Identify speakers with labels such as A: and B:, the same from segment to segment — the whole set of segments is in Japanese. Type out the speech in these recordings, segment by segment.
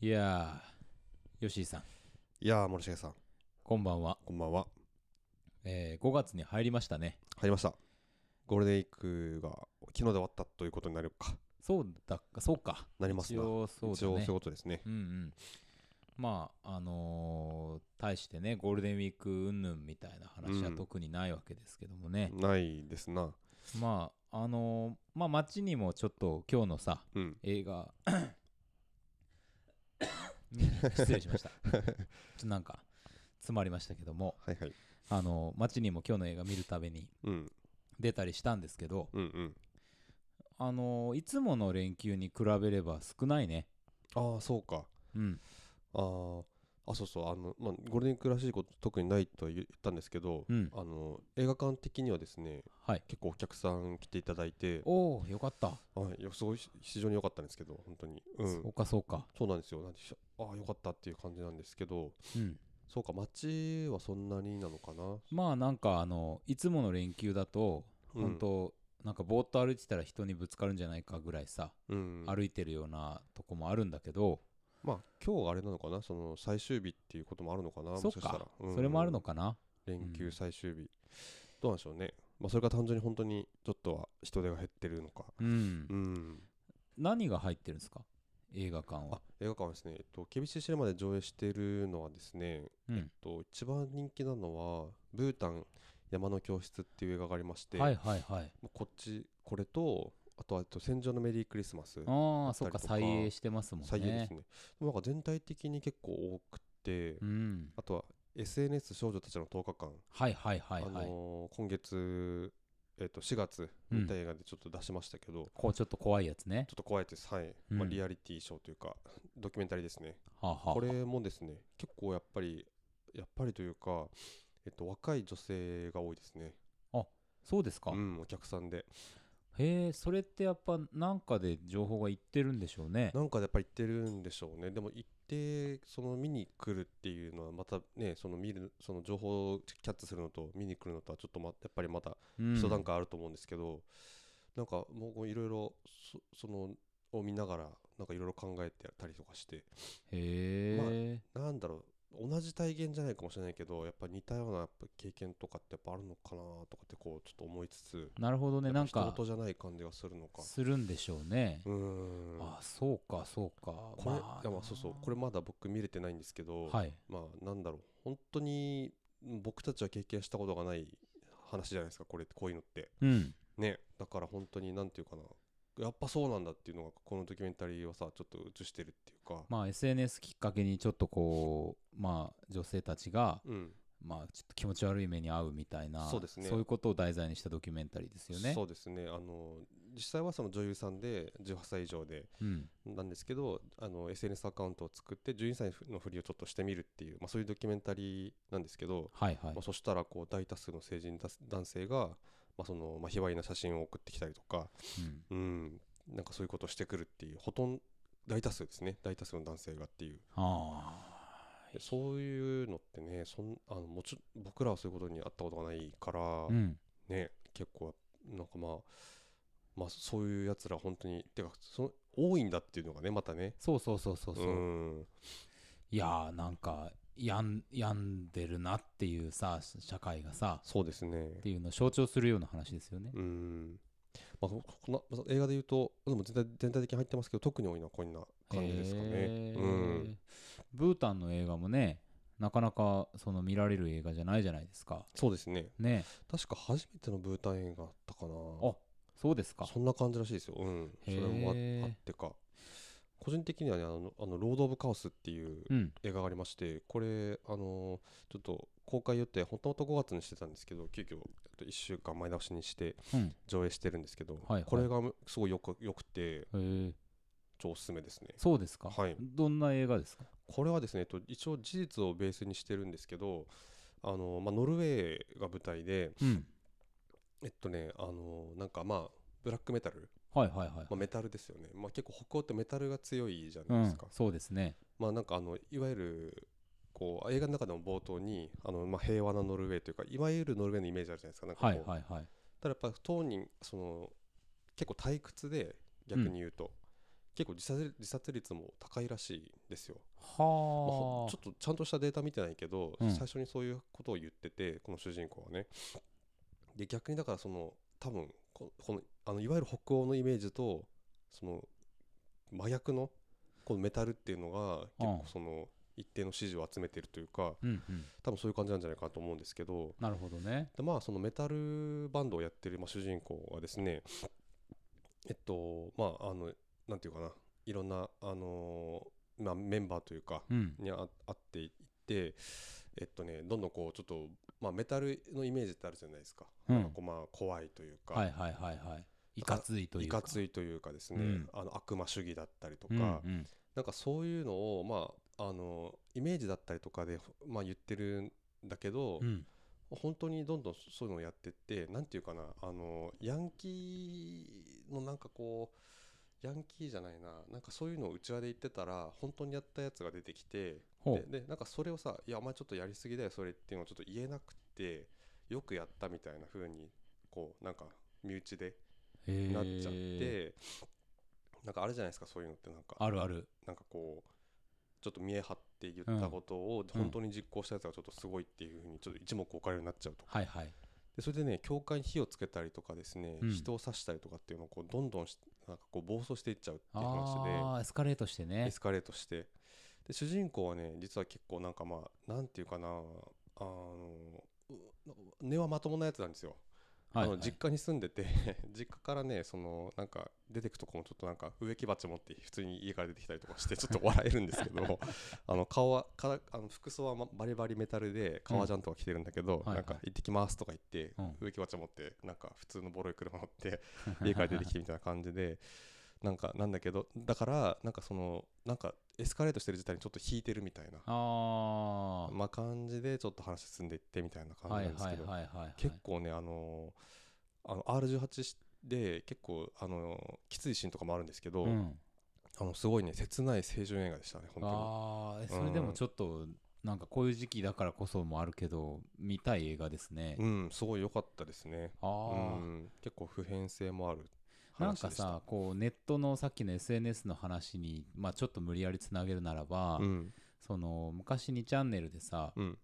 A: いやー、吉井さん、
B: いやー、森重さん、
A: こんばんは、
B: こんばんは。
A: えー。5月に入りましたね。
B: 入りました。ゴールデンウィークが昨日で終わったということになるか。
A: そうだか、そうか。
B: なります
A: 一
B: な。
A: 応そう
B: 一
A: だ
B: 応そういう
A: ね。
B: ことですね。
A: うんうん。まあ、あのー、対してね、ゴールデンウィーク云々みたいな話は
B: うん
A: 特にないわけですけどもね。
B: ないですな。
A: まあ、あのー、まあ、街にもちょっと今日のさ、
B: うん。
A: 映 画失礼しましたちょっとなんか詰まりましたけども
B: はいはい。
A: あの街にも今日の映画見るために
B: うん。
A: 出たりしたんですけど
B: うんうん。
A: あのいつもの連休に比べれば少ないね
B: ああ、そうか。
A: うん
B: あーあ、そうそう。あの、まあ、ゴールデンウィークらしいこと特にないとは言ったんですけど、
A: うん
B: あの、映画館的にはですね、
A: はい
B: 結構お客さん来ていただいて、
A: おおよかった、
B: はい、よすごいし非常に良かったんですけど、本当に。うん
A: そ。うかそうか
B: そうなんですよ。なんでしょああ、良かったっていう感じなんですけど、
A: うん
B: そうか、街はそんなになのかな。
A: まあなんかあのいつもの連休だと
B: うん
A: 本当、なんかぼーっと歩いてたら人にぶつかるんじゃないかぐらいさ、
B: うん、
A: 歩いてるようなとこもあるんだけど、
B: まあ今日あれなのかなその最終日っていうこともあるのかな
A: そ
B: も
A: う
B: しかしたら
A: か、、それもあるのか
B: か
A: な
B: 連休最終日、どうなんでしょうねまあそれが単純に本当にちょっとは人手が減ってるのか
A: うん
B: うん
A: 何が入ってるんですか映画館
B: あ
A: は。
B: 映画館はですねえっと KBC シネマで上映してるのはですね、
A: うん
B: えっと一番人気なのはブータン山の教室っていう映画がありまして、
A: はいはいはい。
B: まあこっちこれとあとはえっと戦場のメリークリスマス
A: あ
B: あ
A: あ、
B: った
A: そっ
B: り
A: か、
B: とか
A: 再映してますもんね。
B: 最優ですねでもなんか全体的に結構多くて、
A: うん。
B: あとは SNS 少女たちの10日間
A: はいはいはいはい。
B: あのー今月、えっと4月
A: うん
B: 見た映画でちょっと出しましたけど、ちょ
A: こうちょっと怖いやつね
B: っ。と怖いです、はい
A: うん
B: まあ、リアリティショーというかドキュメンタリーですね
A: はあ、はあ、
B: これもですね結構やっぱりやっぱりというか、えっと、若い女性が多いですね
A: そうですか。
B: うんお客さんで
A: へえ、それってやっぱなんかで情報がいってるんでしょうね。
B: なんかやっぱり行ってるんでしょうねでも行ってその見に来るっていうのはまたねその見るその情報をキャッチするのと見に来るのとはちょっとまやっぱりまた
A: うん
B: 一段階あると思うんですけど、なんかもういろいろそそのを見ながらなんかいろいろ考えてたりとかして
A: へえ、
B: なんだろう同じ体験じゃないかもしれないけどやっぱ似たようなやっぱ経験とかってやっぱあるのかなとかってこうちょっと思いつつ、
A: なるほどね。なん
B: 人
A: か
B: 事じゃない感じがするのか
A: するんでしょうね
B: う。ーん
A: あそうかそうか。
B: これ、
A: まあ
B: いやまあそうそうこれまだ僕見れてないんですけど、
A: はい。
B: まあなんだろう本当に僕たちは経験したことがない話じゃないですかこれってこういうのって
A: うん。
B: ねだから本当になんていうかなやっぱそうなんだっていうのがこのドキュメンタリーはさちょっと映してるっていうか、
A: まあ SNS きっかけにちょっとこう、まあ女性たちが、
B: うん
A: まあ、ちょっと気持ち悪い目に遭うみたいな
B: そうですね
A: いうことを題材にしたドキュメンタリーですよね。
B: そうですねあの実際はその女優さんで18歳以上で
A: うん
B: なんですけどあの SNS アカウントを作って12歳のふりをちょっとしてみるっていう、まあ、そういうドキュメンタリーなんですけど、
A: はいはい
B: まあ、そしたらこう大多数の成人だ男性が、まあそのまあ、卑猥な写真を送ってきたりとか、
A: うん
B: うん、なんかそういうことをしてくるっていうほとんど大多数ですね大多数の男性がっていう。
A: あ
B: でそういうのってねそんあのもちろん僕らはそういうことにあったことがないから、
A: あ、うん、
B: ね結構なんかまあまあそういうやつら本当にてかその多いんだっていうのがねまたね
A: そうそうそうそうそう、
B: うん
A: いやーなんかやん病んでるなっていうさ社会がさ
B: そうですね
A: っていうのを象徴するような話ですよね。
B: うんまあここのまあ映画で言うとでも全体全体的に入ってますけど特に多いのはこんな感じですかね、
A: へー
B: うん
A: ブータンの映画もねなかなかその見られる映画じゃないじゃないですか。
B: そうですね
A: ね
B: 確か初めてのブータン映画だったかな
A: あそうですか。
B: そんな感じらしいですようんそれもあ
A: へー
B: あってか個人的にはねあのあのロード・オブ・カオスっていう
A: うん
B: 映画がありましてこれあのーちょっと公開予定本当は5月にしてたんですけど急遽1週間前倒しにして
A: うん
B: 上映してるんですけど、
A: はい
B: これがすごいよくよくて
A: へー
B: 超おすすめですね
A: そうですか、
B: はい
A: どんな映画ですか
B: これはですね、えっと、一応事実をベースにしてるんですけどあのー、まあ、ノルウェーが舞台で
A: うん
B: えっとねあのーなんかまあブラックメタル、
A: はいはいはい。
B: まあ、メタルですよね、まあ、結構北欧ってメタルが強いじゃ
A: う
B: ないです
A: ん
B: か、、
A: そうですね。
B: まあなんかあのいわゆるこう映画の中でも冒頭にあの、まあ、平和なノルウェーというかいわゆるノルウェーのイメージあるじゃないですかなんかこう、
A: はいはいはい。
B: ただやっぱ当人その結構退屈で逆に言うと、結構自殺自殺率も高いらしいですよ。まあほ
A: は
B: ちょっとちゃんとしたデータ見てないけど、
A: うん
B: 最初にそういうことを言っててこの主人公はねで逆にだからその多分ここのあのいわゆる北欧のイメージとその麻薬のこのメタルっていうのが
A: うん
B: 結構その一定の支持を集めてるというか
A: あ。うんうん。
B: 多分そういう感じなんじゃないかなと思うんですけど
A: なるほどね。
B: でまあそのメタルバンドをやってる、まあ、主人公はですねえっとまああのなんていうかないろんなあのまあ、メンバーというか
A: うん。
B: にああっていってえっとねどんどんこうちょっと、まあ、メタルのイメージってあるじゃないですか,、
A: うん
B: なんかこうまあ怖いというか、
A: はいはいはいはい。いかついという
B: い
A: か。
B: かついというかですね、
A: うん
B: あの悪魔主義だったりとか、
A: うんうん。
B: なんかそういうのを、まあ、あのイメージだったりとかで、まあ、言ってるんだけど、
A: うん。
B: 本当にどんどんそういうのをやってってなんていうかなあのヤンキーのなんかこうヤンキーじゃないななんかそういうのをうちわで言ってたら本当にやったやつが出てきて
A: ほ
B: で
A: う。
B: でなんかそれをさ「いやお前ちょっとやりすぎだよそれ」っていうのをちょっと言えなくてよくやったみたいな風にこうなんか身内で
A: へー
B: なっちゃってなんかあるじゃないですかそういうのってなんか
A: あるある。
B: なんかこうちょっと見え張って言ったことを本当に実行したやつがちょっとすごいっていう風にちょっと一目置かれるようになっちゃうとか
A: はいはい。
B: でそれでね教会に火をつけたりとかですね、
A: うん
B: 人を刺したりとかっていうのをこうどんどんしなんかこう暴走していっちゃうっていう話で
A: ああ、エスカレートして
B: エ
A: ね。
B: スカレートしてで主人公はね実は結構なんかまあなんていうかなあのう根はまともなやつなんですよ、
A: はいは
B: あの
A: い。
B: 実家に住んでて 実家からねそのなんか出てくとこもちょっとなんか植木鉢持って普通に家から出てきたりと かしてちょっと笑えるんですけどあの顔はからあの服装はまバリバリメタルで革ジャンとか着てるんだけど、
A: はい
B: なんか行ってきますとか言って、
A: うん
B: 植木鉢持ってなんか普通のボロい車乗って家から出て きてみたいな感じでなんかなんだけどだからなんかそのなんかエスカレートしてる時代にちょっと引いてるみたいな
A: あ
B: まあ感じでちょっと話進んでいってみたいな
A: あ。
B: 感じ
A: はい
B: なんです
A: は
B: け
A: い
B: ど
A: はいはいはい。
B: 結構ねあのあの R18 しで結構あのきついシーンとかもあるんですけど、
A: うん。
B: あのすごいね切ない青春映画でしたね本
A: ああ、えそれでもちょっと、なんかこういう時期だからこそもあるけど、見たい映画ですね
B: 当。にうんすごい良かったですねう
A: ああ。
B: ん結構普遍性もある
A: なん
B: 話
A: か
B: でした
A: さこうネットのさっきの SNS の話に、まあ、ちょっと無理やりつなげるならば、
B: うん
A: その昔2チャンネルでさ、
B: うん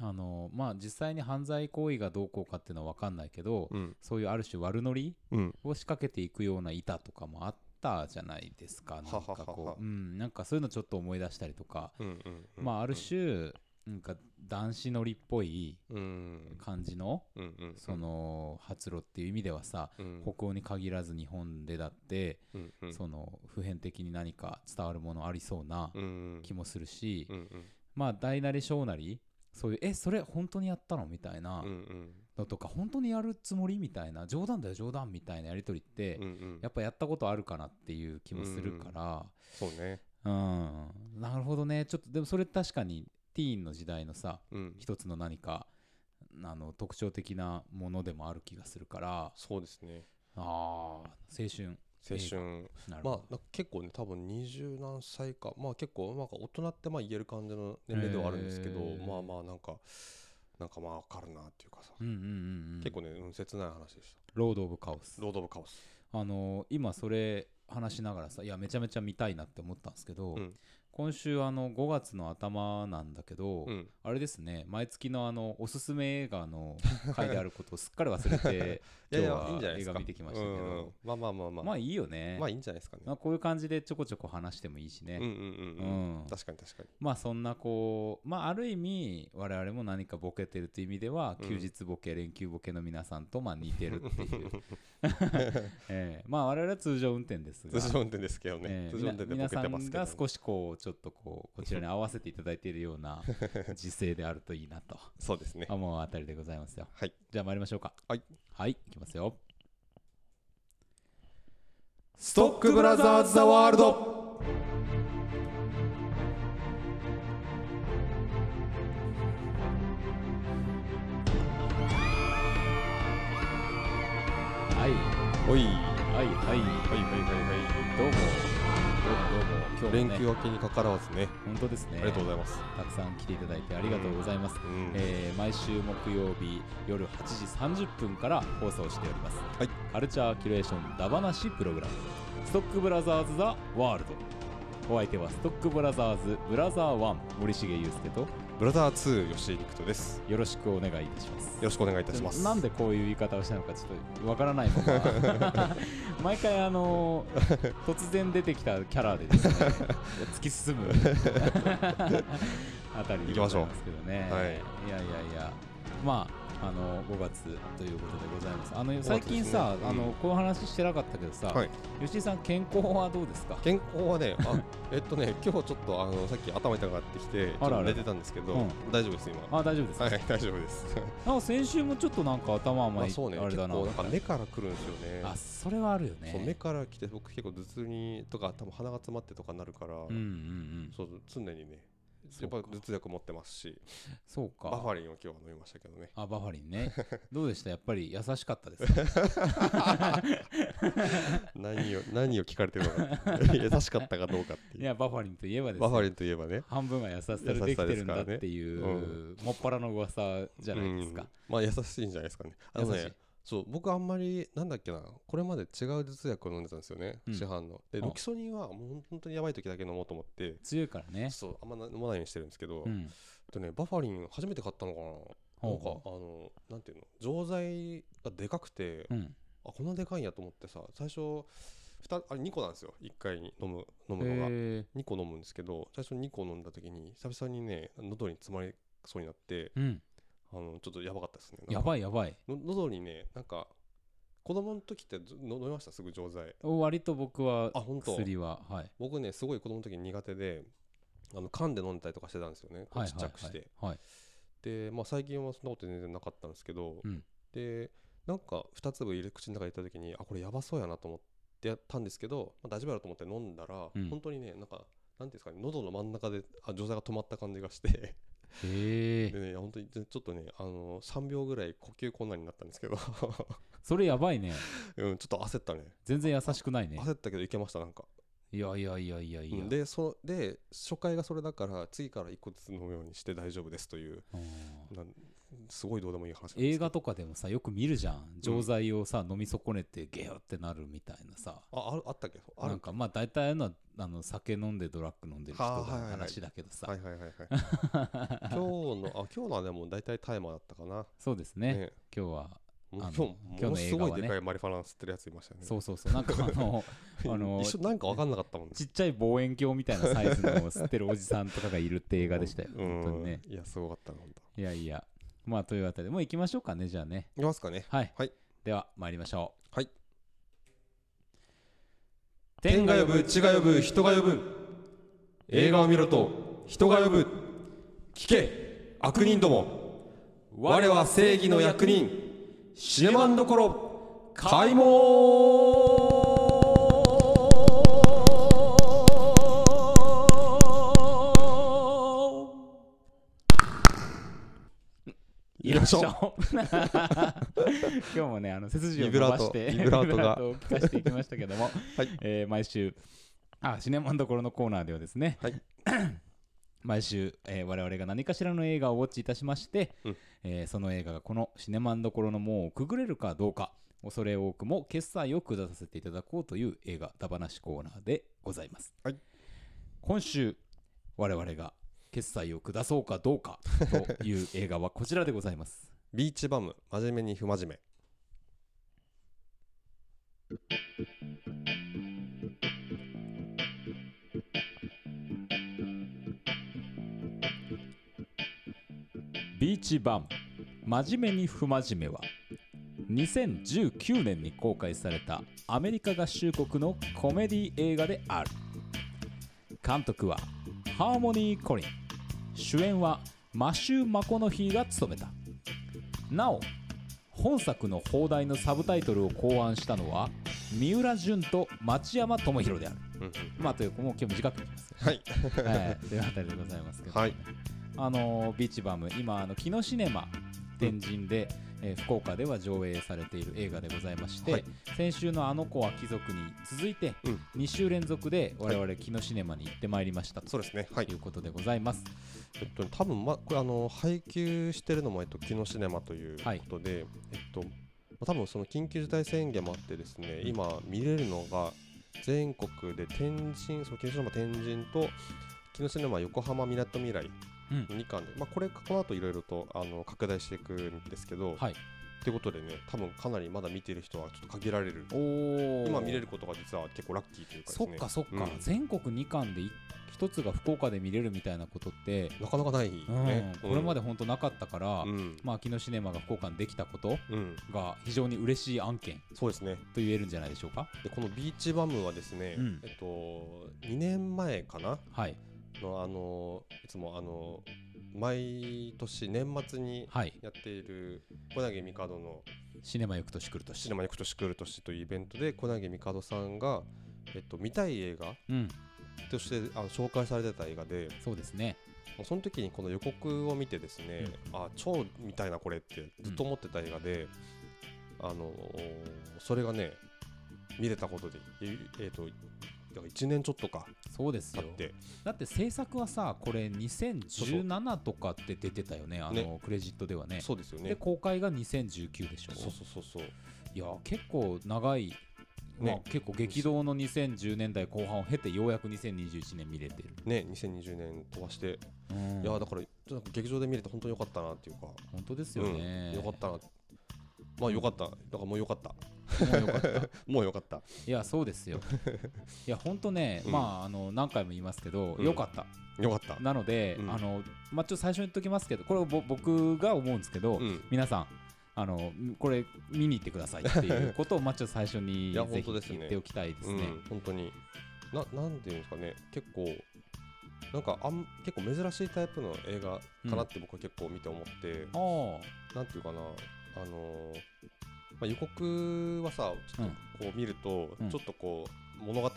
A: あのまあ、実際に犯罪行為がどうこうかっていうのは分かんないけど、
B: うん
A: そういうある種悪ノリ
B: うん
A: を仕掛けていくような板とかもあったじゃないですかなんかこう
B: はははは
A: うん、なんかそういうのちょっと思い出したりとか、
B: うんうんうん
A: まあ、ある種、なんか男子ノリっぽい
B: うん
A: 感じの、
B: うんうんうん
A: その発露っていう意味ではさ
B: うん
A: 北欧に限らず日本でだって、
B: うんうん
A: その普遍的に何か伝わるものありそうな
B: うん
A: 気もするし、
B: うんうん
A: まあ大なり小なりそういう「えそれ本当にやったの?」みたいな
B: うんうん
A: のとか「本当にやるつもり?」みたいな「冗談だよ冗談」みたいなやり取りって、
B: うんうん
A: やっぱやったことあるかなっていう気もするから、
B: そうね
A: うんなるほどねちょっとでもそれ確かにティーンの時代のさ
B: うん
A: 一つの何かあの特徴的なものでもある気がするから
B: そうですね
A: あー青春
B: 青春
A: なる
B: まあ
A: ほど、
B: なんか結構ね多分二十何歳かまあ結構なんか大人ってまあ言える感じの年齢ではあるんですけど、
A: へー
B: まあまあなんかなんかまあわかるなっていうかさ、
A: うんうんうんうん
B: 結構ね、うん、切ない話でし
A: ロード・オブ・カオス
B: たロード・オブ・カオス
A: あのー今それ話しながらさいやめちゃめちゃ見たいなって思ったんですけど、
B: うん
A: 今週あの5月の頭なんだけど、
B: うん
A: あれですね毎月のあのおすすめ映画の回であることをすっかり忘れ て
B: いやい
A: 今日
B: や
A: はい
B: いんじゃないですか
A: 映画見てきましたけど
B: うんまあまあまあまあ
A: まあいいよね、
B: まあいいんじゃないですかね
A: まあこういう感じでちょこちょこ話してもいいしね、
B: うんうんうんうん、
A: うん
B: 確かに確かに
A: まあそんなこうまあある意味我々も何かボケてるという意味では
B: うん
A: 休日ボケ、連休ボケの皆さんとまあ似てるって いう、ええまあ我々は通常運転ですが
B: 通常運転ですけどね、
A: ええ
B: 通常運転でボ
A: 皆
B: ケ
A: さ
B: てます
A: ん
B: けど、
A: が
B: ね、
A: 少しこうちょっとこうこちらに合わせていただいているよう な時勢であるといいなと
B: そうですね
A: 思うあたりでございますよ
B: はい
A: じゃあ参りましょうか
B: はい
A: はいいきますよ
B: ストックブラザーズ・ザ・ワールド
A: はい
B: おい
A: はいはい
B: はいはいはいはい
A: どうもどう
B: どうも
A: もどうも今日
B: 連
A: も、ね、
B: 休明けにかからずね、
A: 本当ですね
B: ありがとうございます。
A: たくさん来ていただいてありがとうございます、
B: うん
A: えー毎週木曜日夜8時30分から放送しております、
B: はい
A: カルチャーキュレーションダバなしプログラムストックブラザーズ・ザ・ワールドお相手はストックブラザーズ・ブラザー1森重裕介と
B: ブラザー2吉井陸斗です。よ
A: よろしくお願いいたします
B: ろしくお願いいたします。
A: なんでこういう言い方をしたのかちょっとわからないま ま毎回あのー突然出てきたキャラでですね突き 進むあたりでございますけどね
B: 行きましょうは
A: い、
B: い
A: やいやいやまああの5月ということでございますあの
B: 月
A: 最近さ、
B: ですね
A: あ
B: う
A: の
B: ん
A: こういう話してなかったけどさ、
B: はい
A: 吉井さん健康はどうですか
B: 健康はね、あ えっとね、今日ちょっとあのさっき頭痛くなってきて、ちょ
A: あ
B: っ
A: らあら
B: と寝てたんですけど、
A: うん
B: 大丈夫です、今。
A: あ大丈夫ですか、
B: はい、大丈夫です。
A: なんか先週もちょっとなんか頭甘
B: ま
A: い、
B: あそうね、
A: あれ
B: 結
A: だ
B: 構
A: な
B: なんか目から来るんですよね。
A: あそれはあるよね
B: そう目から来て、僕結構頭痛にとか、頭鼻が詰まってとかなるから、
A: うんうんうん
B: そう常にね、
A: そ
B: や
A: う
B: っ
A: か
B: ぱ頭痛薬持ってますし、
A: そうか
B: バファリンを今日は飲みましたけどね。
A: あバファリン ねどうでしたやっぱり優しかったですか
B: 何を何を聞かれてるの かっていう、優しかったかどうかって
A: い
B: いう。
A: やバファリンといえばです
B: バ
A: よ
B: ファリンといえばね、
A: 半分は優しさでできてるんだっていう、
B: 優しさですから
A: もっぱらの噂じゃないです
B: う
A: か
B: ん、まあ優しいんじゃないですかね。あの
A: 優しい
B: ね、そう僕あんまりなんだっけなこれまで違う頭痛薬を飲んでたんですよね、
A: うん
B: 市販ので
A: うん
B: ロキソニンはもう本当にやばい時だけ飲もうと思って
A: 強いからね
B: そうあんまな飲まないようにしてるんですけど、
A: うん
B: とねバファリン初めて買ったのかななんかあのなんていうの錠剤がでかくて、
A: うん
B: あこんなでかいんやと思ってさ最初ふたあれ2個なんですよ1回に飲む飲むのが、
A: へー
B: 2個飲むんですけど最初に2個飲んだ時に久々にね喉に詰まりそうになって
A: うん
B: あのちょっとやばかったですねなんか
A: やばいやばい
B: の喉にねなんか子供の時ってずの飲みましたすぐ錠剤
A: 割と僕は
B: あ本当
A: 薬ははい
B: 僕ねすごい子供の時苦手であの噛んで飲んでたりとかしてたんですよねこ
A: は
B: う
A: い
B: ちっちゃくして、
A: はいはい
B: で、まあ、最近はそんなこと全然なかったんですけど、
A: うん
B: でなんか2粒入れ口の中に入れた時にあこれやばそうやなと思ってやったんですけど、まあ、大丈夫やろうと思って飲んだら、
A: うん
B: 本当にねなんかなんていうんですかね喉の真ん中であ錠剤が止まった感じが して
A: へ
B: で
A: え
B: ね本当にちょっとねあの3秒ぐらい呼吸困難になったんですけど、
A: それやばいね
B: うん、ちょっと焦ったね
A: 全然優しくないね
B: 焦ったけどいけましたなんか
A: いやいやいやいやいや
B: でそで初回がそれだから次から1個ずつ飲むようにして大丈夫ですという
A: うん
B: なんすごいどうでもいい話なんですけど
A: 映画とかでもさよく見るじゃん錠剤をさ、飲み損ねてゲーってなるみたいなさ
B: ああるあったっけあ
A: な
B: る
A: んかまあ大体ああいうのはあの酒飲んでドラッグ飲んでる人の
B: はあはいはいはい
A: 話だけどさ、
B: はいはいはいはい 今日のあ今日のはでも大体タイマーだったかな
A: そうですね
B: ね
A: 今日は
B: もう
A: あの
B: 今日
A: 今日の
B: もの
A: 映
B: す
A: 画は
B: ご
A: ね
B: いでかいマリファナ吸ってるやついましたね
A: そうそうそうなんかあ のあの
B: 一緒なんか分かんなかったもんね
A: ちっちゃい望遠鏡みたいなサイズの吸ってるおじさんとかがいるって映画でしたよ
B: う
A: 本
B: ん
A: 当にね
B: いやすごかったな本当
A: いやいやまあというあたりでもう行きましょうかねじゃあね
B: いきますかね
A: はい、
B: はい
A: では参りましょう
B: はい
A: 天が呼ぶ
B: 地が呼ぶ人が呼ぶ映画を見ろと人が呼ぶ聞け悪人ども我は正義の役人シネマンどころ開門
A: いらっしゃい 今日もねあの背筋を伸ばして
B: ビブラートビブラートが
A: ビを聞かせていきましたけども、
B: はい
A: えー毎週あシネマンどころのコーナーではですね、
B: はい
A: 毎週、えー我々が何かしらの映画をウォッチいたしまして、
B: うん
A: えーその映画がこのシネマンどころの門をくぐれるかどうか恐れ多くも決済を下させていただこうという映画ダバなしコーナーでございます、
B: はい
A: 今週我々が決済を下そうかどうかという映画はこちらでございます
B: ビーチバム真面目に不真面目
A: ビーチバム真面目に不真面目は2019年に公開されたアメリカ合衆国のコメディ映画である監督はハーモニー・コリン主演はマシュー・マコノヒーが務めたなお本作の放題のサブタイトルを考案したのは三浦淳と町山智博であるまあというもう今日短くいきます
B: はい
A: はい、というあたりでございますけど、
B: はい
A: あのービーチバム今あの木のシネマ天神で、えー福岡では上映されている映画でございまして、
B: はい
A: 先週の「あの子は貴族」に続いて
B: うん
A: 2週連続で我々木のシネマに行ってまいりましたと
B: そうですねはい
A: いうことでございます。
B: えっと、多分まこれあの配給してるのも、えっと、キノシネマということで、えっとまあ多分その緊急事態宣言もあってですね今見れるのが全国で天神そのキノシネマ天神とキノシネマ横浜みなとみらい
A: うん
B: 2巻で、まあ、これこの後いろいろとあの拡大していくんですけど、
A: はい
B: ってことでね多分かなりまだ見てる人はちょっと限られる
A: お
B: 今見れ
A: る
B: ることが実は結構ラッキーというかです
A: そ
B: ね
A: っかそっか、
B: うん
A: 全国2巻で1つが福岡で見れるみたいなことって、
B: なかなかない
A: うん
B: ね、
A: これまで
B: うん
A: 本当なかったから、
B: うん
A: まあ木のシネマが福岡にできたこと
B: うん、
A: が非常に嬉しい案件
B: そうですね
A: と言えるんじゃないでしょうか。
B: でこのビーチバムはですね、
A: うん
B: えっと2年前かな
A: はい
B: のあのいつもあの毎年年末に
A: はい
B: やっている小投げみかどの
A: シネマよく年来る
B: シ
A: 年
B: ネ。マに行く年来る年というイベントで小投げみかどさんがえっと見たい映画
A: うん
B: としてあの紹介されてた映画で
A: そうですね。
B: その時にこの予告を見てですね、あ超見たいなこれってずっと思ってた映画で、あのそれがね見れたことでええっと1年ちょっとか
A: そうです
B: あっ
A: よ。
B: て
A: だって制作はさこれ2017とかって出てたよねあの
B: ね
A: クレジットではね
B: そうですよ
A: で
B: ね
A: 公開が2019でしょ
B: そうそうそうそう
A: いや結構長い、まあ
B: ね
A: 結構激動の2010年代後半を経てようやく2021年見れてる、
B: ね2020年飛ばして、
A: うん
B: いやだからちょっと劇場で見れて本当に良かったなっていうか
A: 本当ですよね、
B: うん、よかったなまあよかっただからもうよかった
A: もうよかった
B: もうよかった
A: いやそうです よいや本当ね、
B: うん
A: まああの何回も言いますけど、
B: うん
A: よかった
B: よかった
A: なので、
B: うん
A: あのまあちょっと最初に言っときますけどこれをぼ僕が思うんですけど、
B: うん
A: 皆さんあのこれ見に行ってくださいって いうことをまあちょっと最初に
B: い
A: ぜ
B: や
A: ひ
B: 本当ですね
A: 言っておきたいです
B: う
A: ね。
B: ん、本当にななんていうんですかね結構なんかあん結構珍しいタイプの映画かなって僕は結構見て思って、
A: あ
B: なんていうかなあのーまあ、予告はさちょっとこう見ると、
A: うん
B: ちょっとこう物語のア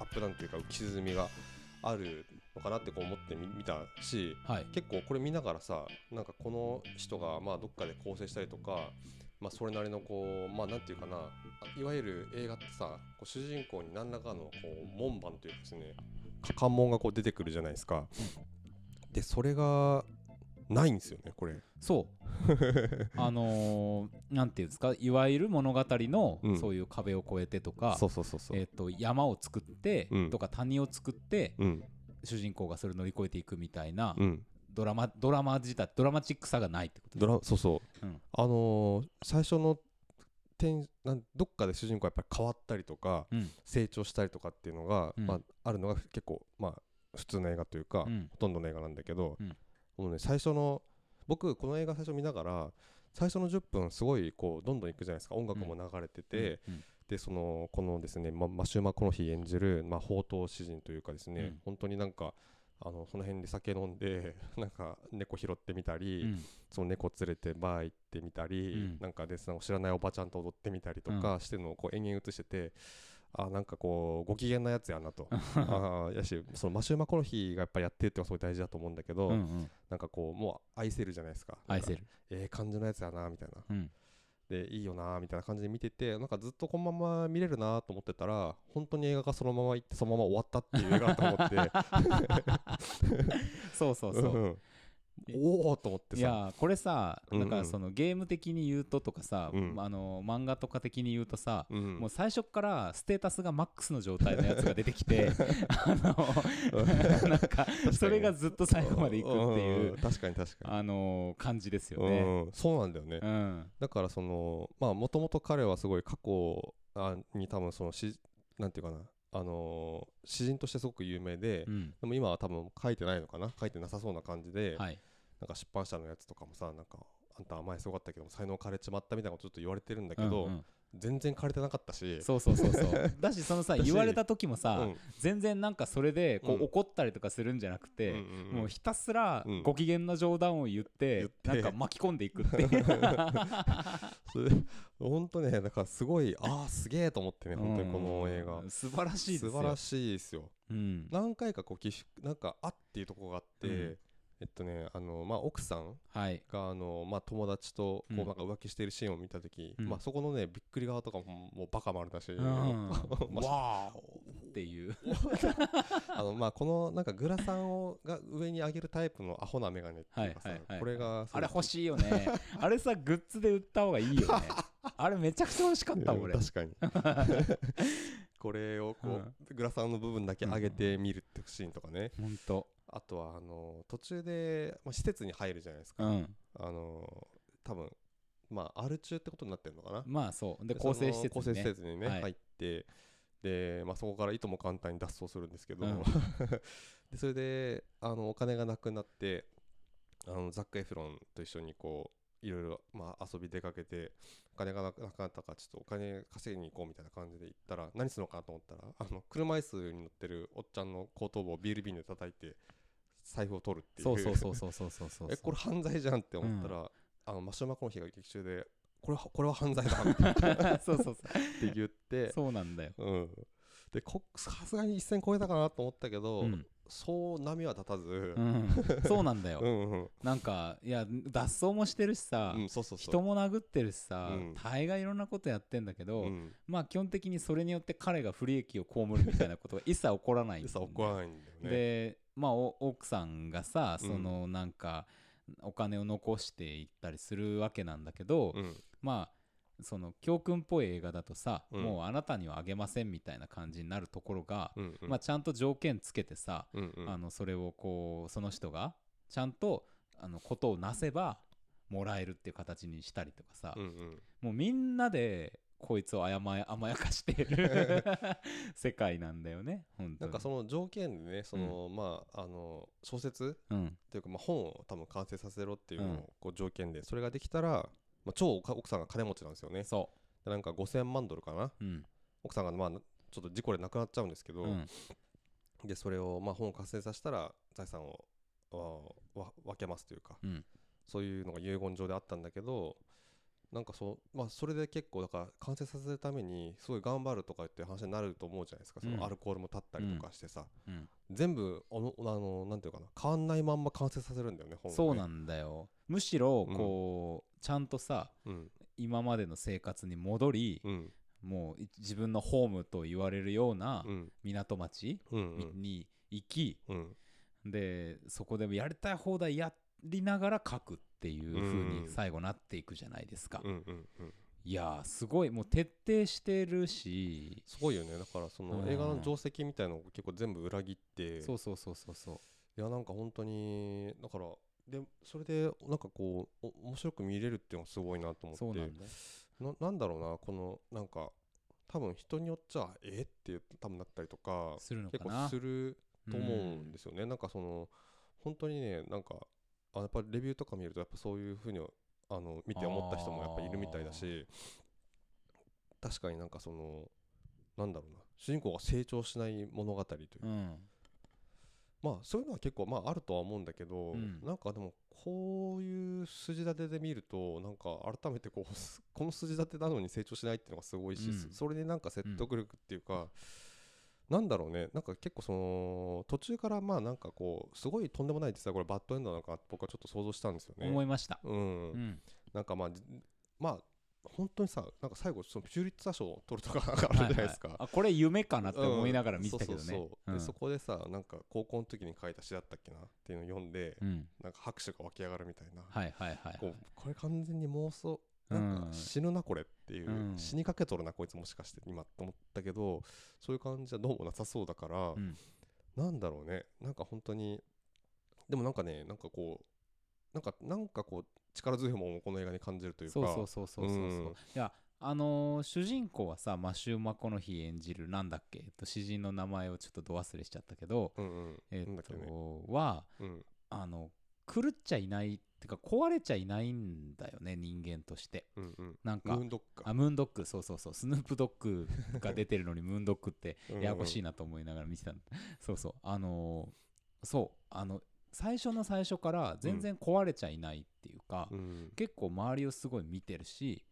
B: アップダウンというか浮き沈みがあるのかなってこう思ってみ見たし
A: あはい
B: 結構これ見ながらさなんかこの人がまあどっかで構成したりとか、まあ、それなりのこうまあなんていうかなあいわゆる映画ってさこう主人公に何らかのこう門番というかですねか関門がこう出てくるじゃないですか。でそれがないんですよねこれ。
A: そう あのーなんていうんですかいわゆる物語の、
B: うん
A: そういう壁を越えてとか
B: そうそうそうそう。
A: えー、と山を作って、
B: うん
A: とか谷を作って
B: うん
A: 主人公がそれを乗り越えていくみたいな、
B: うん、
A: ドラマドラマ自体ドラマチックさがないってこと
B: ドラそうそう、
A: うん
B: あのー最初の点なんどっかで主人公はやっぱり変わったりとか、
A: うん
B: 成長したりとかっていうのが、
A: うん
B: まあ、あるのが結構、まあ、普通の映画というか、
A: うん
B: ほとんどの映画なんだけど、
A: うん
B: もうね最初の僕この映画最初見ながら最初の10分すごいこうどんどんいくじゃないですか音楽も流れてて、
A: うん
B: でそのこのですね、ま、マシューマ・コノヒ演じる、まあ、宝刀詩人というかですね、
A: うん
B: 本当になんかあのその辺で酒飲んでなんか猫拾ってみたり、
A: うんうん
B: その猫連れてバー行ってみたり、
A: うん
B: なんかでその知らないおばちゃんと踊ってみたりとかしてるのをこう延々映してて。あなんかこうご機嫌なやつやなとあーやしそのマシューマ・コノヒがやっぱりやってるってのはすごい大事だと思うんだけど、
A: うんうん
B: なんかこうもう愛せるじゃないですかなん
A: 愛
B: か
A: せる、
B: ええ感じのやつやなみたいな
A: うん、
B: でいいよなみたいな感じで見ててなんかずっとこのまま見れるなと思ってたら本当に映画がそのまま行ってそのまま終わったっていう映画だと思っ て
A: そうそう
B: う
A: そうん
B: おおと思って
A: い
B: さ
A: やーこれさ
B: うんう
A: だ
B: ん
A: からそのゲーム的に言うととかさ、
B: うん
A: あの漫画とか的に言うとさ、
B: うん
A: もう最初からステータスがマックスの状態のやつが出てき てあのなんか
B: に
A: それがずっと最後までいくってい
B: ん
A: う
B: 確かに確か
A: あの感じです
B: に、
A: よね。
B: うんそうなんだよね
A: うん
B: だからそのまあもともと彼はすごい過去あに多分そのしなんていうかなあのー詩人としてすごく有名で、
A: うん
B: でも今は多分書いてないのかな書いてなさそうな感じで、
A: はい
B: なんか出版社のやつとかもさなんかあんた前すごかったけども才能枯れちまったみたいなことちょっと言われてるんだけど、
A: うん
B: 全然枯れてなかったし
A: うんそうそうそうそうだしそのさ
B: だし
A: 言われた時もさ、
B: うん
A: 全然なんかそれでこ
B: う
A: うん怒ったりとかするんじゃなくて、
B: うんうんうん
A: もうひたすら
B: うん
A: ご機嫌な冗談を言って,、
B: 言って
A: なんか巻き込んでいくっていう
B: それほんとねだからすごいああすげえと思ってね本当にこの映画
A: うん素晴らしいですよ
B: 素晴らしいですよ
A: うん
B: 何回かこう起伏なんかあっていうところがあって、
A: うん
B: えっとねあの、まあ、奥さん
A: はい
B: があの、まあ、友達とこう
A: うん
B: なんか浮気してるシーンを見た時、
A: うん
B: まあ、そこのねびっくり側とかももうバカ丸だし、
A: うん
B: まあ
A: わーおっていう
B: あのまあ、このなんかグラサンをが上に上げるタイプのアホな眼鏡っていうかさ、
A: はいはいはい
B: これが
A: あれ欲しいよ ねあれさグッズで売った方がいいよねあれめちゃくちゃ欲しかった
B: うん
A: 俺
B: 確かに これをこう、グラサンの部分だけ上げてみるってシーンとかね、
A: ほんと
B: あとはあの途中で、まあ、施設に入るじゃないですか、
A: うん
B: あの多分まあアル中ってことになってるのかな
A: まあそうで
B: その
A: 構成施設ね
B: 構成施設にね、
A: はい
B: 入ってで、まあ、そこからいとも簡単に脱走するんですけど、
A: うん
B: でそれであのお金がなくなってあのザック・エフロンと一緒にこういろいろ、まあ、遊び出かけてお金がなくなかったからちょっとお金稼ぎに行こうみたいな感じで行ったら何するのかなと思ったらあの車椅子に乗ってるおっちゃんの後頭部をビール瓶で叩いて財布を取るっていう
A: そうそうそうそうそうそうそう
B: えこれ犯罪じゃんって思ったら、あのマシュマコンヒが劇中でこれはこれは犯罪だみたいなっ
A: そう そうそう
B: て言って
A: そうなんだよ、
B: うん、でこさすがに一線超えたかなと思ったけど、
A: うん
B: そう波は立たず、
A: うん、そうなんだよ、
B: うんうん
A: なんかいや脱走もしてるしさ、
B: うんそうそうそう
A: 人も殴ってるしさ、
B: うん
A: 大概いろんなことやってんだけど、
B: うん、
A: まあ基本的にそれによって彼が不利益を被るみたいなことが一切起こらないん
B: で
A: だ
B: さ
A: よね
B: 怒らないんだよね
A: でまあお奥さんがさ
B: うん
A: そのなんかお金を残していったりするわけなんだけど、
B: うん
A: まあその教訓っぽい映画だとさ、
B: うん
A: もうあなたにはあげませんみたいな感じになるところが、
B: うんうん
A: まあ、ちゃんと条件つけてさ、
B: うんうん
A: あのそれをこうその人がちゃんとあのことをなせばもらえるっていう形にしたりとかさ、
B: うんうん
A: もうみんなでこいつをあやまや甘やかして る世界なんだよね本当
B: なん
A: に
B: かその条件でねその、まああの小説
A: うん
B: というか、まあ、本を多分完成させろっていうの
A: うん
B: をこう条件でそれができたら、まあ、超おか奥さんが金持ちなんですよね
A: そ
B: でなんか5000万ドルかな
A: ううん
B: 奥さんがまあなちょっと事故で亡くなっちゃうんですけど、
A: うん
B: でそれをまあ本を活性させたら財産をあーわ分けますというか、
A: うん
B: そういうのが遺言状であったんだけどなんかそう、まあ、それで結構だから完成させるためにすごい頑張るとかって話になると思うじゃないですか、
A: う
B: そ
A: ん
B: のアルコールも立ったりとかしてさ、
A: うん
B: 全部おのあのなんていうかな変わんないまんま完成させるんだよね本をね
A: そうなんだよむしろこう、ちゃんとさ
B: うん
A: 今までの生活に戻り、
B: うん
A: もうい自分のホームと言われるような
B: うん
A: 港町
B: うん
A: にに行き、
B: うんうん
A: でそこでもやりたい放題やりながら書くっていう風
B: うん
A: に最後なっていくじゃないですか、
B: うんうんうん
A: いやーすごいもう徹底してるし
B: すごいよねだからその映画の定石みたいなのを結構全部裏切って
A: そうそうそうそうそ
B: いやなんか本当にだからでそれでなんかこうお面白く見れるっていうのがすごいなと
A: う
B: 思って
A: そうなんだよ
B: ななんだろうなこのなんか多分人によっちゃえって多分なったりとか
A: するの
B: 結
A: か
B: 構
A: な
B: すると思う
A: うん
B: んですよね、なんかその本当にねなんかあやっぱりレビューとか見るとやっぱそういうふうにあの見て思った人もやっぱいるみたいだし確かになんかそのなんだろうな主人公が成長しない物語というか
A: うん
B: まあそういうのは結構まああるとは思うんだけど、
A: うん
B: なんかでもこういう筋立てで見るとなんか改めてこうこの筋立てなのに成長しないっていうのがすごいし、
A: うん
B: そそれでなんか説得力っていうか、なんだろうねなんか結構その途中からまあなんかこうすごいとんでもない実はこれバッドエンドなのかなって僕はちょっと想像したんですよね。
A: 思いました、
B: うん
A: うん、
B: なんかまあじまあ本当にさなんか最後そのピューリッツァ賞を取るとかなんかあるじゃないですか。
A: ははあこれ夢かなって思いながら見てたけど
B: うんそう
A: ね
B: そうそ
A: う
B: う
A: ん
B: でそこでさなんか高校の時に書いた詩だったっけなっていうのを読んで、
A: うん
B: なんか拍手が湧き上がるみたいな、
A: はいはいはい
B: こうこれ完全に妄想なんか死ぬなこれっていう、
A: うん
B: 死にかけとるなこいつもしかして今と思ったけどそういう感じはどうもなさそうだから、
A: うん
B: なんだろうねなんか本当にでもなんかねなんかこうなんかなんかこう力強いものをこの映画に感じるというか
A: そうそうそうそうそうそう、
B: うん
A: いやあのー主人公はさマシュー・マコノヒ演じるなんだっけ、えっと、詩人の名前をちょっとど忘れしちゃったけど、
B: うんうん
A: え
B: なん
A: っ
B: だっ
A: と
B: けね
A: は
B: うん
A: あの狂っちゃいないってか壊れちゃいないんだよね人間として
B: うんうん
A: なん
B: ム
A: か
B: ーンドッグ
A: あ
B: か
A: ムーンドッグそうそうそうスヌープドッグが出てるのにムーンドッグって
B: うんうん
A: ややこしいなと思いながら見てたんだ そうそうあのーそうあの最初の最初から全然壊れちゃいないっていうか、
B: うん
A: 結構周りをすごい見てるし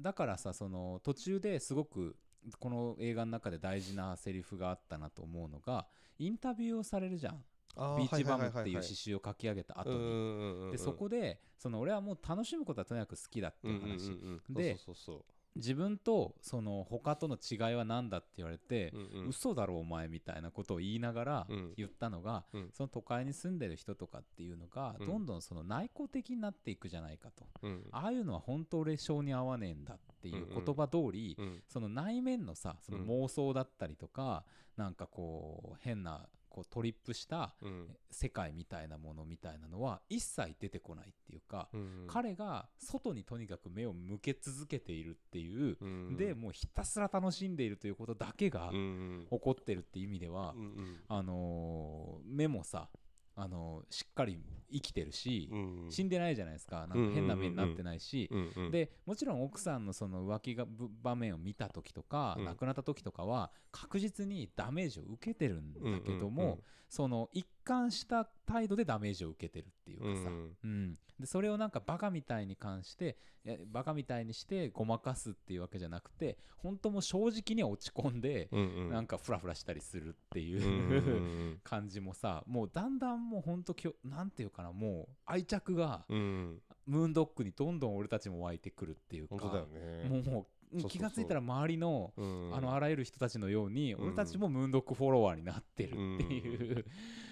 A: だからさその途中ですごくこの映画の中で大事なセリフがあったなと思うのがインタビューをされるじゃん
B: あー
A: ビーチバムっていう
B: はい
A: 詩集を書き上げた
B: はいはいはいは
A: 後に
B: いうんうんうんうん
A: でそこでその俺はもう楽しむことはとにかく好きだって
B: うん
A: いううん
B: うんうん
A: 話
B: で
A: で
B: そうそうそ
A: 自分とその他との違いは何だって言われて
B: う、うんうん
A: 嘘だろお前みたいなことを言いながら
B: うん
A: 言ったのが、
B: うん
A: その都会に住んでる人とかっていうのが、
B: うん
A: どんどんその内向的になっていくじゃないかと、
B: うん
A: ああいうのは本当俺性に合わねえんだっていう言葉通り、
B: うん
A: その内面のさその
B: うん
A: 妄想だったりとか、なんかこう変なこうトリップした
B: うん
A: 世界みたいなものみたいなのは一切出てこないっていうか、
B: うん
A: 彼が外にとにかく目を向け続けているっていう、
B: うん
A: でもうひたすら楽しんでいるということだけが
B: うんうん
A: 起こってるって意味では、
B: うんうん
A: あのー目もさ、あのーしっかり生きてるし、
B: うんうん
A: 死んでないじゃないですかなんか変な目になってないし、
B: うんうん
A: でもちろん奥さんのその浮気がぶ場面を見た時とか、
B: うん
A: 亡くなった時とかは確実にダメージを受けてるんだけども、
B: うんうんうん
A: その一貫した態度でダメージを受けてるっていうかさ、
B: うん
A: うん、でそれをなんかバカみたいに関してえバカみたいにしてごまかすっていうわけじゃなくて本当もう正直には落ち込んで、
B: うんうん
A: なんかフラフラしたりするっていう、
B: うんうんうん
A: 感じもさもうだんだんもうほんときょなんていうかなもう愛着が
B: うんうん
A: ムーンドックにどんどん俺たちも湧いてくるっていうか
B: 本当だよね
A: もうもう
B: そうそう
A: 気がついたら周りの、
B: うん
A: あのあらゆる人たちのように、
B: うん
A: 俺たちもムーンドックフォロワーになってるっていう、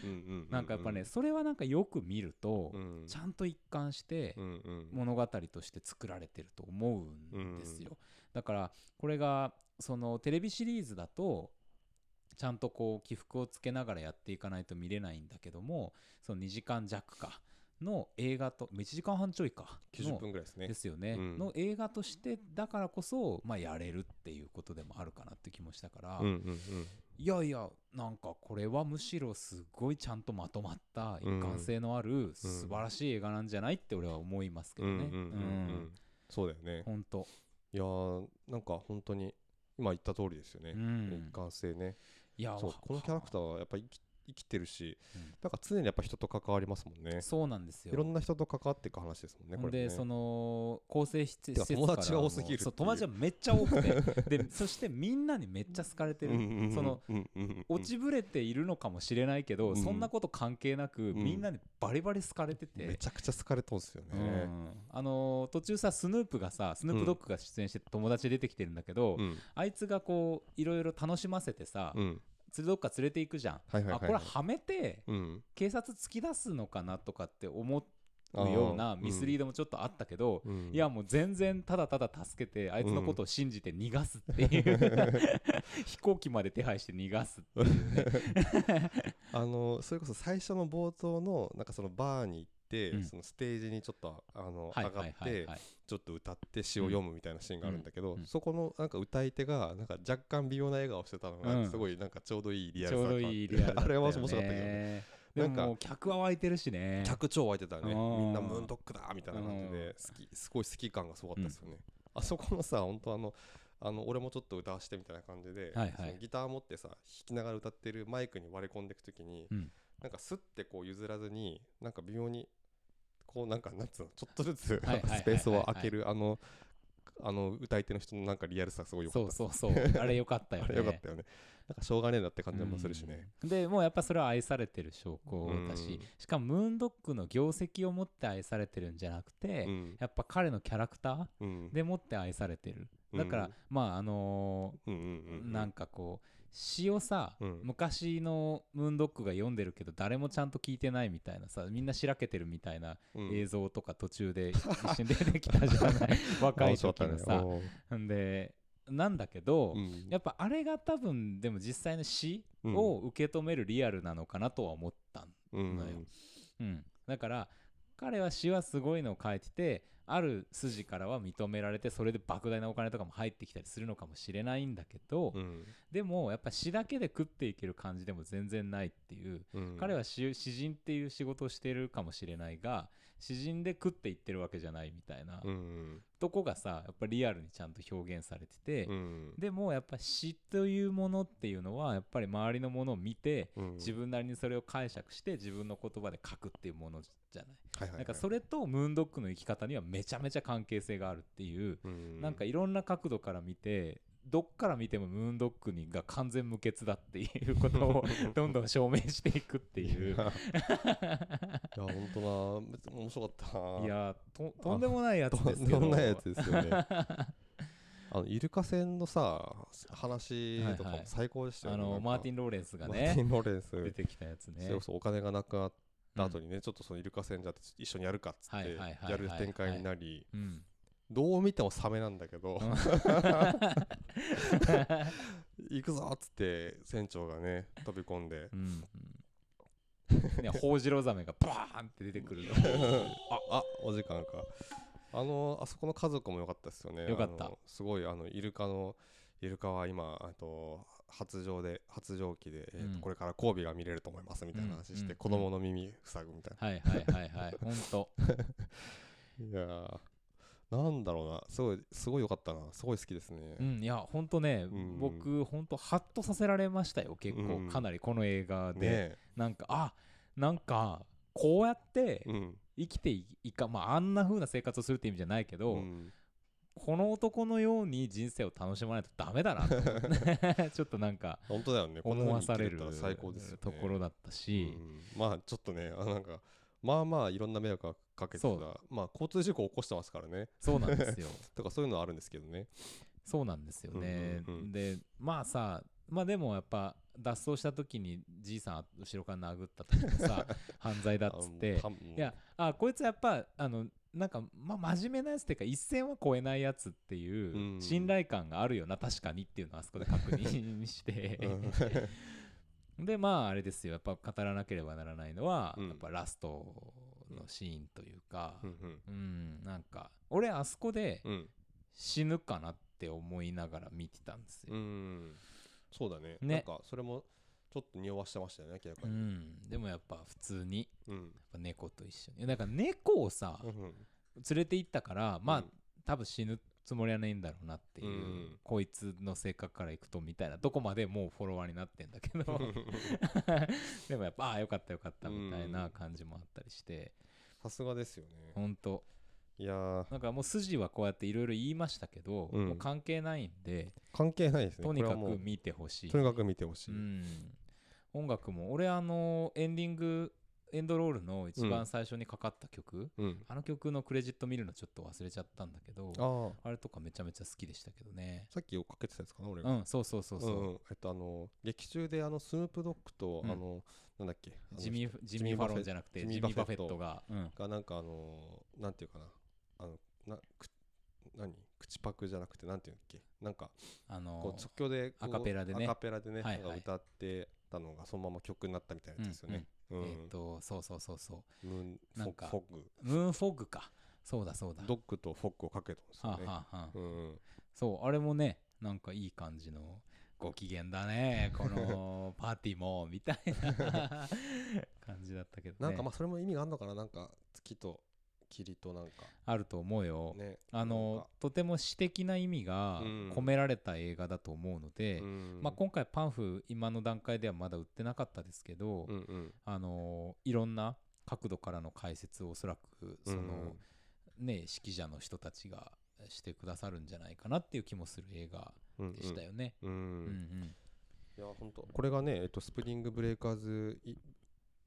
B: うんうんうんう ん
A: なんかやっぱねそれはなんかよく見ると、
B: うん
A: ちゃんと一貫して
B: うんうん
A: 物語として作られてると思うんですよ、だからこれがそのテレビシリーズだとちゃんとこう起伏をつけながらやっていかないと見れないんだけどもその2時間弱かの映画と1時間半ちょいか
B: 90
A: の
B: 分ぐらいですね
A: ですよね、
B: うん
A: の映画としてだからこそ、まあ、やれるっていうことでもあるかなって気もしたから、
B: うんうんうん
A: いやいやなんかこれはむしろすごいちゃんとまとまった一貫性のある素晴らしい映画なんじゃないって俺は思いますけど
B: うん
A: ね。
B: うんうんうんそうだよね
A: 本当、
B: いやーなんか本当に今言った通りですよね、
A: うん
B: 一貫性ね
A: いや
B: そう
A: わ
B: このキャラクターはやっぱ生き生きてるし、
A: うん
B: なんか常にやっぱ人と関わりますもんね
A: そうなんですよ。
B: いろんな人と関わっていく話ですもんね
A: ほ
B: こ
A: ん
B: れね
A: でその構成施
B: て
A: 設から
B: か友達が多す
A: も
B: ぎるっていう
A: そう友達がめっちゃ多く てでそしてみんなにめっちゃ好かれてる、
B: うんうんうん
A: その
B: うんうんうん
A: 落ちぶれているのかもしれないけど、
B: うん
A: そんなこと関係なく、
B: ん
A: みんなにバリバリ好かれてて、
B: めちゃくちゃ好かれとんすよね、
A: うんあのー途中さスヌープがさスヌープドッグが出演してて友達出てきてるんだけど、
B: うん
A: あいつがこういろいろ楽しませてさ、
B: うん
A: 連れどっか連れて行くじゃん、
B: はいはいはい
A: あこれはめて
B: うん
A: 警察突き出すのかなとかって思うようなミスリー
B: ド、
A: ドもちょっとあったけど、
B: うん
A: いやもう全然ただただ助けてあいつのことを信じて逃がすっていう、 飛行機まで手配して逃がすっていう
B: あのそれこそ最初の冒頭のなんかそのバーに行って、
A: うん
B: そのステージにちょっとあの、
A: はい
B: 上が
A: は
B: っ
A: い
B: て、
A: はいはい
B: ちょっと歌って詩を読むみたいなシーンがあるんだけど、
A: うんうん
B: そこのなんか歌い手がなんか若干微妙な笑顔してたの
A: うん
B: がすごいなんかちょうどいいリア
A: ち
B: ルさ
A: ょ
B: が
A: う
B: あって、
A: どいいリアルだったよ、ね、
B: あれは面白かったけどね
A: でも
B: なんか
A: もう客は湧いてるしね
B: 客超湧いてたねみ
A: うん
B: んなムーンドックだみたいな感じで好きすごい好き感がすごかったですよね、あそこのさ本当あのあの俺もちょっと歌わしてみたいな感じで、
A: はいはい
B: そのギター持ってさ弾きながら歌ってるマイクに割り込んでいくときに、
A: うん
B: なんかスッてこう譲らずになんか微妙にこうなんかなんつうのちょっとずつ
A: はいはいはいはい
B: スペースを空けるあのあの歌い手の人のなんかリアルさすごい良か
A: そ
B: っ
A: う
B: た
A: そう そうあれよかったよ
B: あ
A: ね
B: れよかったよね。なんかしょうがねえなって感じもするしね。
A: うんでもうやっぱそれは愛されてる証拠だし、
B: うん
A: しかもムーンドッグの業績を持って愛されてるんじゃなくて、
B: うん。
A: やっぱ彼のキャラクタ
B: うん
A: ーでもって愛されてるだから、、まああの
B: うんうん
A: ー
B: うん。
A: なんかこう詩をさ、
B: うん
A: 昔のムーンドッグが読んでるけど誰もちゃんと聞いてないみたいなさみんなしらけてるみたいな
B: うん
A: 映像とか途中で一瞬出てきたじゃ ない若い時のさ、
B: 面白か
A: んでなんだけど、
B: ったねおーうん
A: やっぱあれが多分でも実際の詩を受け止めるリアルなのかなとは思ったん
B: うん
A: のようん、だから彼は詩はすごいのを書いててある筋からは認められてそれで莫大なお金とかも入ってきたりするのかもしれないんだけど、
B: うん
A: でもやっぱ詩だけで食っていける感じでも全然ないっていう、
B: うん
A: 彼は詩詩人っていう仕事をしてるかもしれないが詩人で食っていってるわけじゃないみたいな、
B: うん
A: とこがさやっぱリアルにちゃんと表現されてて、
B: うん
A: でもやっぱ詩というものっていうのはやっぱり周りのものを見て
B: うん
A: 自分なりにそれを解釈して自分の言葉で書くっていうものじゃない、
B: はいはいはい
A: なんかそれとムーンドックの生き方にはめちゃめちゃ関係性があるっていう、
B: うん
A: なんかいろんな角度から見てどっから見てもムーンドックにが完全無欠だっていうこと をどんどん証明していくってい
B: いうや本当な面白かったない
A: やととんでもないやつ
B: と
A: で
B: ん
A: すけ
B: で
A: ど
B: もないやつです よねあのイルカ船のさ話とか
A: はい
B: も
A: はい
B: 最高でしたよ
A: あ
B: ね
A: のマーティ
B: ン
A: ン・ローレンスが
B: マーテ
A: ね
B: ィン・ロレンス
A: 出てきたやつね
B: それこそお金がなくなった後
A: に、
B: にね、ちょっとそのイルカ戦じゃあ一緒にやるかっつっ
A: はいは
B: て
A: いはいはい
B: やる展開になり
A: うんうん
B: どう見てもサメなんだけど 行くぞっつって船長がね飛び込んで
A: うんね、ホウジロザメがバーンって出てくるの
B: あお時間かあのあそこの家族も良かったですよね
A: 良かった
B: あのすごいあのイルカのイルカは今あと発情で発情期で、えーと
A: うん
B: これから交尾が見れると思いますみたいな話して、
A: うんうん
B: 子供の耳塞ぐみたい
A: はいはいはいはいほんと
B: な、いやーなんだろうなすごいすごい良かったなすごい好きですね、
A: うんいやほんとね、
B: うん
A: 僕ほんとハッとさせられましたよ結構、
B: うん
A: かなりこの映画で、
B: ね
A: なんかあなんかこうやって
B: えうん
A: 生きていいか、まあ、あんな風な生活をするって意味じゃないけど、
B: うん
A: この男のように人生を楽しまないとダメだなと思ってちょっと なんか
B: 本当だよねこんな
A: 思
B: 風
A: わさ
B: に生き
A: れ
B: れ
A: る
B: たら最高ですよね
A: ところだったし、
B: うんまあちょっとねあなんかまあまあいろんな迷惑はかけてた
A: そう
B: まあ交通事故起こしてますからね
A: そうなんですよ
B: とかそういうのはあるんですけどね
A: そうなんですよね、
B: うんうんうん
A: でまあさまあでもやっぱ脱走した時にじいさん後ろから殴った時も さ犯罪だっつって
B: あの
A: いや、あこいつやっぱあのなんか、まあ、真面目なやつっていうか一線は越えないやつっていううん信頼感があるよな、確かにっていうのをあそこで確認して
B: うん
A: でまああれですよやっぱ語らなければならないのは、
B: うん
A: やっぱラストのシーンというか
B: う、ん
A: うんなんか俺あそこで
B: うん
A: 死ぬかなって思いながら見てたんです
B: う
A: よ。
B: んそうだね
A: ね
B: なんかそれもちょっと匂わしてましたよね明ら
A: う
B: かに
A: ん、でもやっぱ普通に
B: うん
A: やっぱ猫と一緒になんか猫をさ
B: うんうん
A: 連れて行ったからまあ、
B: うん
A: 多分死ぬつもりはないんだろうなっていう、
B: うん
A: こいつの性格からいくとみたいなどこまでもうフォロワーになってんだけど でもやっぱああよかったよかったみたいな感じもあったりして、
B: さすがですよね
A: ほんと
B: いやー
A: なんかもう筋はこうやっていろいろ言いましたけど、
B: うん
A: もう関係ないんで
B: 関係ないですね
A: とにか
B: これはも
A: く
B: う
A: 見てほしい
B: とにかく見てほし
A: う
B: い
A: ん、音楽も俺あのエンディングエンドロールの一番最初にかかった曲、
B: うん
A: あの曲のクレジット見るのちょっと忘れちゃったんだけど
B: あー
A: あれとかめちゃめちゃ好きでしたけどね。
B: さっき追っかけてたやつかな俺が
A: うん、そうそうそうそう。
B: んんえっとあの劇中であのスヌープドッグと、
A: うん
B: あのなんだっけあの
A: ジミー・ジミ
B: ジミ
A: ー
B: ー
A: ファロ
B: バフ
A: ン
B: ェ
A: じゃなくて、ジ
B: ジ
A: ミ
B: ミ
A: ー・
B: ー
A: バ
B: バ
A: フ
B: フ
A: ェ
B: ェ
A: ッ
B: ッ
A: ト
B: ト
A: が、うん
B: がなんかあのなんていうかなあのなく何口パクじゃなくてなんていうんだっけなんか
A: あ
B: こ
A: の
B: う即興でこう
A: アカペラでね
B: アカペラでね、
A: はいはい
B: なんか歌ってたのがそのまま曲になったみたいなやつですよね。うん
A: えっと、そうそうそうそう。
B: ムーンフ
A: なん
B: ォ
A: か
B: フォグ
A: ムーン・フォッグか。そうだそうだ。
B: ドッグとフォッグをかけたんですよ
A: は
B: ね。
A: あ、はあはあ
B: うん
A: そう、あれもね、なんかいい感じの。ご機嫌だね、このパーティーも、 みたいな感じだったけどね。
B: なんかまあそれも意味があるのかななんか月と霧となんか
A: あると思うよ。
B: ね
A: あの、とても詩的な意味が
B: うん
A: 込められた映画だと思うので、ま
B: ま
A: あ、今回パンフ今の段階ではまだ売ってなかったですけど、
B: うんうん
A: あのーいろんな角度からの解説をおそらくその、ね指揮者の人たちがしてくださるんじゃないかなっていう気もする映画
B: うんうん
A: でしたよね。
B: うん
A: うんうん
B: いや本当これがね、えっと、スプリングブレイカーズい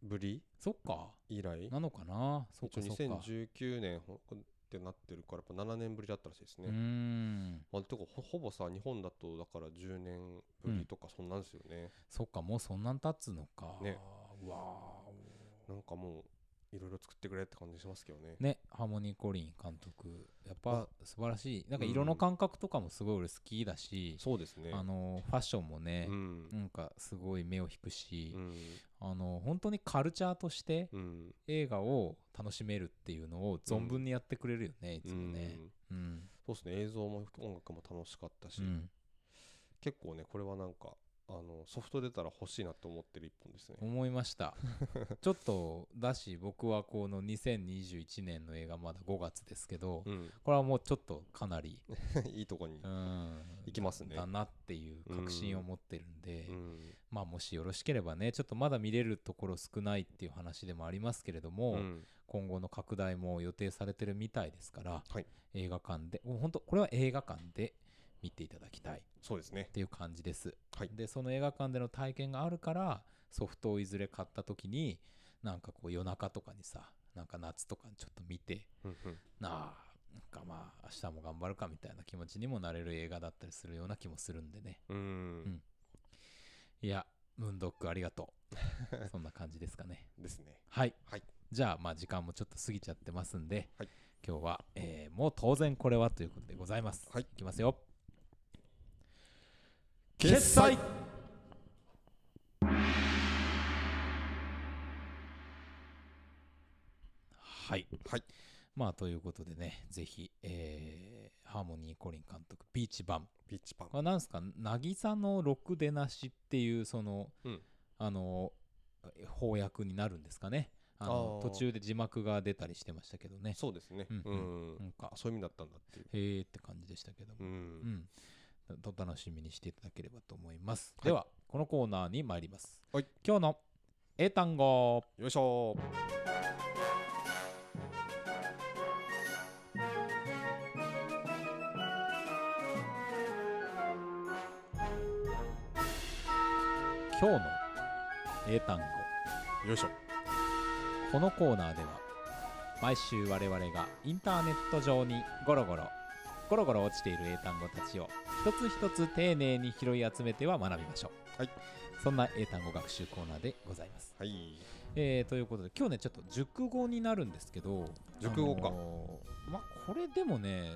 B: ぶり
A: そっか
B: 以来
A: なのかなそう
B: 一
A: か
B: 応
A: そうか
B: 2019年ほってなってるからやっぱ7年ぶりだったらしいですね、
A: うーん
B: まあ、てかほほぼさ日本だとだから10年ぶりとかそんなんですよね、
A: そっかもうそんなん経つのか、
B: ね
A: うわ
B: なんかもういろいろ作ってくれって感じしますけどね
A: ーねハーモニー・コリン監督やっぱ
B: ま
A: 素晴らしいなんか色の感覚とかもすごい俺好きだし、
B: そうですね
A: あのーファッションもね、
B: うん
A: なんかすごい目を引くし、
B: うん
A: あの本当にカルチャーとして
B: うん
A: 映画を楽しめるっていうのを存分にやってくれるよね、いつもね
B: う。ん
A: うん、
B: そうですね映像も音楽も楽しかったし、
A: うん
B: 結構ねこれはなんかあのソフト出たら欲しいなと思ってる一本ですね、
A: 思いま した。ちょっとだし僕はこの2021年の映画まだ5月ですけど、
B: うん、
A: これはもうちょっとかなり、
B: いいとこに
A: うん、
B: 行きますね
A: だなっていう確信を持ってるんで、
B: うん
A: まあもしよろしければねちょっとまだ見れるところ少ないっていう話でもありますけれども、
B: うん
A: 今後の拡大も予定されてるみたいですから、
B: はい
A: 映画館でもう本当これは映画館で見ていただきたいっ
B: そうですね
A: ていう感じです。
B: はい
A: でその映画館での体験があるからソフトをいずれ買った時になんかこう夜中とかにさなんか夏とかにちょっと見て
B: うんうん
A: なあなんかまあ明日も頑張るかみたいな気持ちにもなれる映画だったりするような気もするんでね
B: うーん
A: いやムーンドックありがと うそんな感じですかね
B: ですね
A: はい、
B: はい
A: じゃあまあ時間もちょっと過ぎちゃってますんで、
B: はい
A: 今日は、えーもう当然これはということでございます、
B: はい
A: きますよ
B: 決済
A: はい
B: はい
A: まあということでねぜひ、えーハーモニー・コリン監督「ビーチバン」
B: ビーチパン
A: これなんですか「渚のろくでなし」っていうその、
B: うん
A: あの翻訳になるんですかねあの
B: あー
A: 途中で字幕が出たりしてましたけどね
B: そうですね
A: うん
B: う
A: うんなんんか
B: あそういう意味だったんだっていう
A: へーって感じでしたけども
B: う、
A: うんんと楽しみにしていただければと思います、
B: はい
A: ではこのコーナーに参ります、
B: はい
A: 今日の英単語
B: よいしょ
A: 今日の英単語
B: よいしょ
A: このコーナーでは毎週我々がインターネット上にゴロゴロゴロゴロ落ちている英単語たちを一つ一つ丁寧に拾い集めては学びましょう、
B: はい、
A: そんな英単語学習コーナーでございます、
B: はい
A: えーということで今日ねちょっと熟語になるんですけど
B: 熟語か
A: あのーまあこれでもね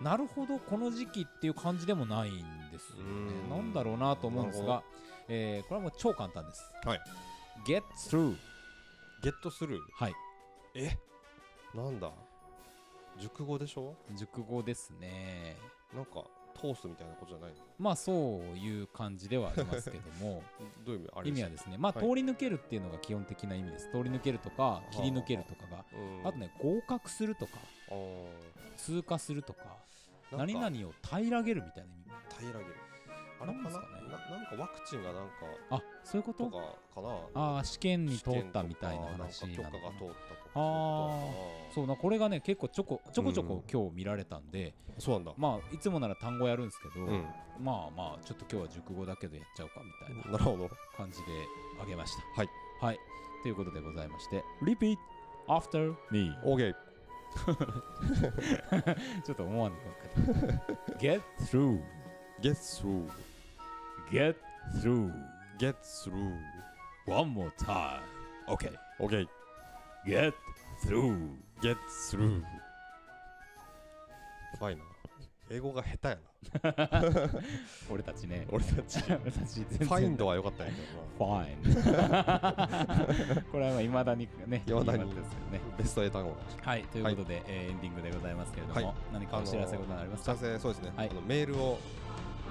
A: なるほどこの時期っていう感じでもないんですよ
B: うー
A: ね
B: ん
A: なんだろうなと思うんです
B: なる
A: が、えーこれはもう超簡単です
B: はい
A: Get through
B: ゲットスルー
A: はい
B: えなんだ熟語でしょ
A: 熟語ですね
B: なんか通すみたいなことじゃないの
A: まあそういう感じではありますけど も
B: どういう意味あれ
A: 意
B: で
A: 味
B: す
A: はですねまあ
B: はい
A: 通り抜けるっていうのが基本的な意味です通り抜けるとか切り抜けるとかが
B: うん
A: あとね合格するとか
B: あー
A: 通過するとか
B: なん
A: 何
B: か
A: 々を平らげるみたいな意味
B: 平らげるあ
A: な
B: れか
A: ん
B: な
A: ですかね
B: ななんかワクチンがなんか
A: あそういうことと
B: かかな
A: ああ試験に
B: 試
A: 通
B: 験
A: った
B: とか
A: みたいな話
B: んか
A: な
B: 許
A: のか
B: 可が
A: な
B: 通ったとか
A: あ
B: そういうことか
A: そうなこれがね結構ちょこちょこちょこ
B: う
A: 今日見られたんで、
B: なそうなんだ
A: まあいつもなら単語やるんですけど、
B: うん
A: まあまあちょっと今日は熟語だけどやっちゃおうかみたいな
B: なるほど
A: 感じであげました
B: はい
A: はいということでございまして Repeat after me
B: OK
A: ちょっと思わぬか った Get through
B: get through
A: Get through
B: get through
A: One more time OK
B: OK
A: Get through
B: get through やばいな英語が下手やな
A: 俺たちね
B: 俺たちフ
A: 俺たち全然
B: ァインドは良かったんやけどな
A: Fine これはまあ未だにね
B: 未だ
A: 言い
B: に
A: 方ですけどね
B: ベスト英単語だ
A: はいということで、えーエンディングでございますけれども、
B: はい
A: 何かお知らせことありますか、
B: お知らせそうですね、
A: はい
B: あのメールを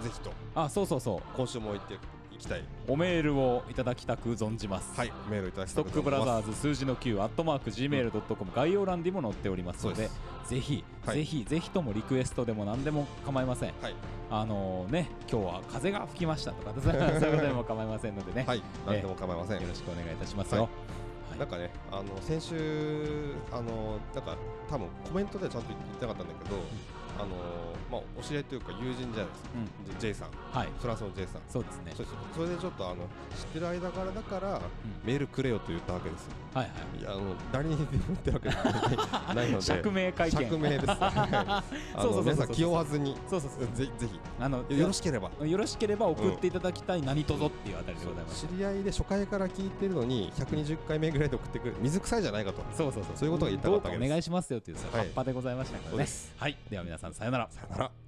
B: ぜひと
A: あそうそうそう
B: 今週も言っていきたい
A: おメールをいただきたく存じます
B: はいメールいただき
A: ス
B: た
A: ト
B: い
A: ッ
B: と
A: クブ
B: 思い
A: ラ
B: ます
A: ザーズ数字の9アットマーク Gmail.com 概要欄にも載っております
B: そう
A: ので
B: です
A: ぜひ、
B: はい
A: ぜひぜひともリクエストでも何でも構いません
B: はい
A: あのね今日は風が吹きました とかそういうことでも構いませんのでね、
B: はい何でも構いません、
A: よろしくお願いいたしますよ、
B: は
A: はい
B: なんかねあの先週あのなんか多分コメントではちゃんと言ってなかったんだけど、あのまあお知り合いというか友人じゃないですか、ジ J さん
A: はい
B: フランスの J さん
A: そうですね
B: そそれでちょっとあの知ってる間からだから
A: うん
B: メールくれよと言ったわけですよ
A: はいはい
B: いやあの誰にでも言ってるわけじゃないないので
A: 釈明会見
B: 釈明 ですあ
A: そうそうそ
B: の
A: うそう
B: 皆さん気負わずに
A: そうそうそう
B: ぜひぜひ
A: あの
B: よよろしければ
A: よろしければ送っていただきたい何卒っていうあたりでございます、
B: 知り合いで初回から聞いてるのに120回目ぐらいで送ってくる水臭いじゃないかと
A: そうそうそう
B: そういうことが言いたかったわ
A: ど
B: け
A: うか
B: です
A: お願いしますよというさ
B: は
A: 葉っ
B: い
A: ぱでございましたから
B: そう
A: ね
B: です
A: はいでは皆さんさよなら
B: さよなら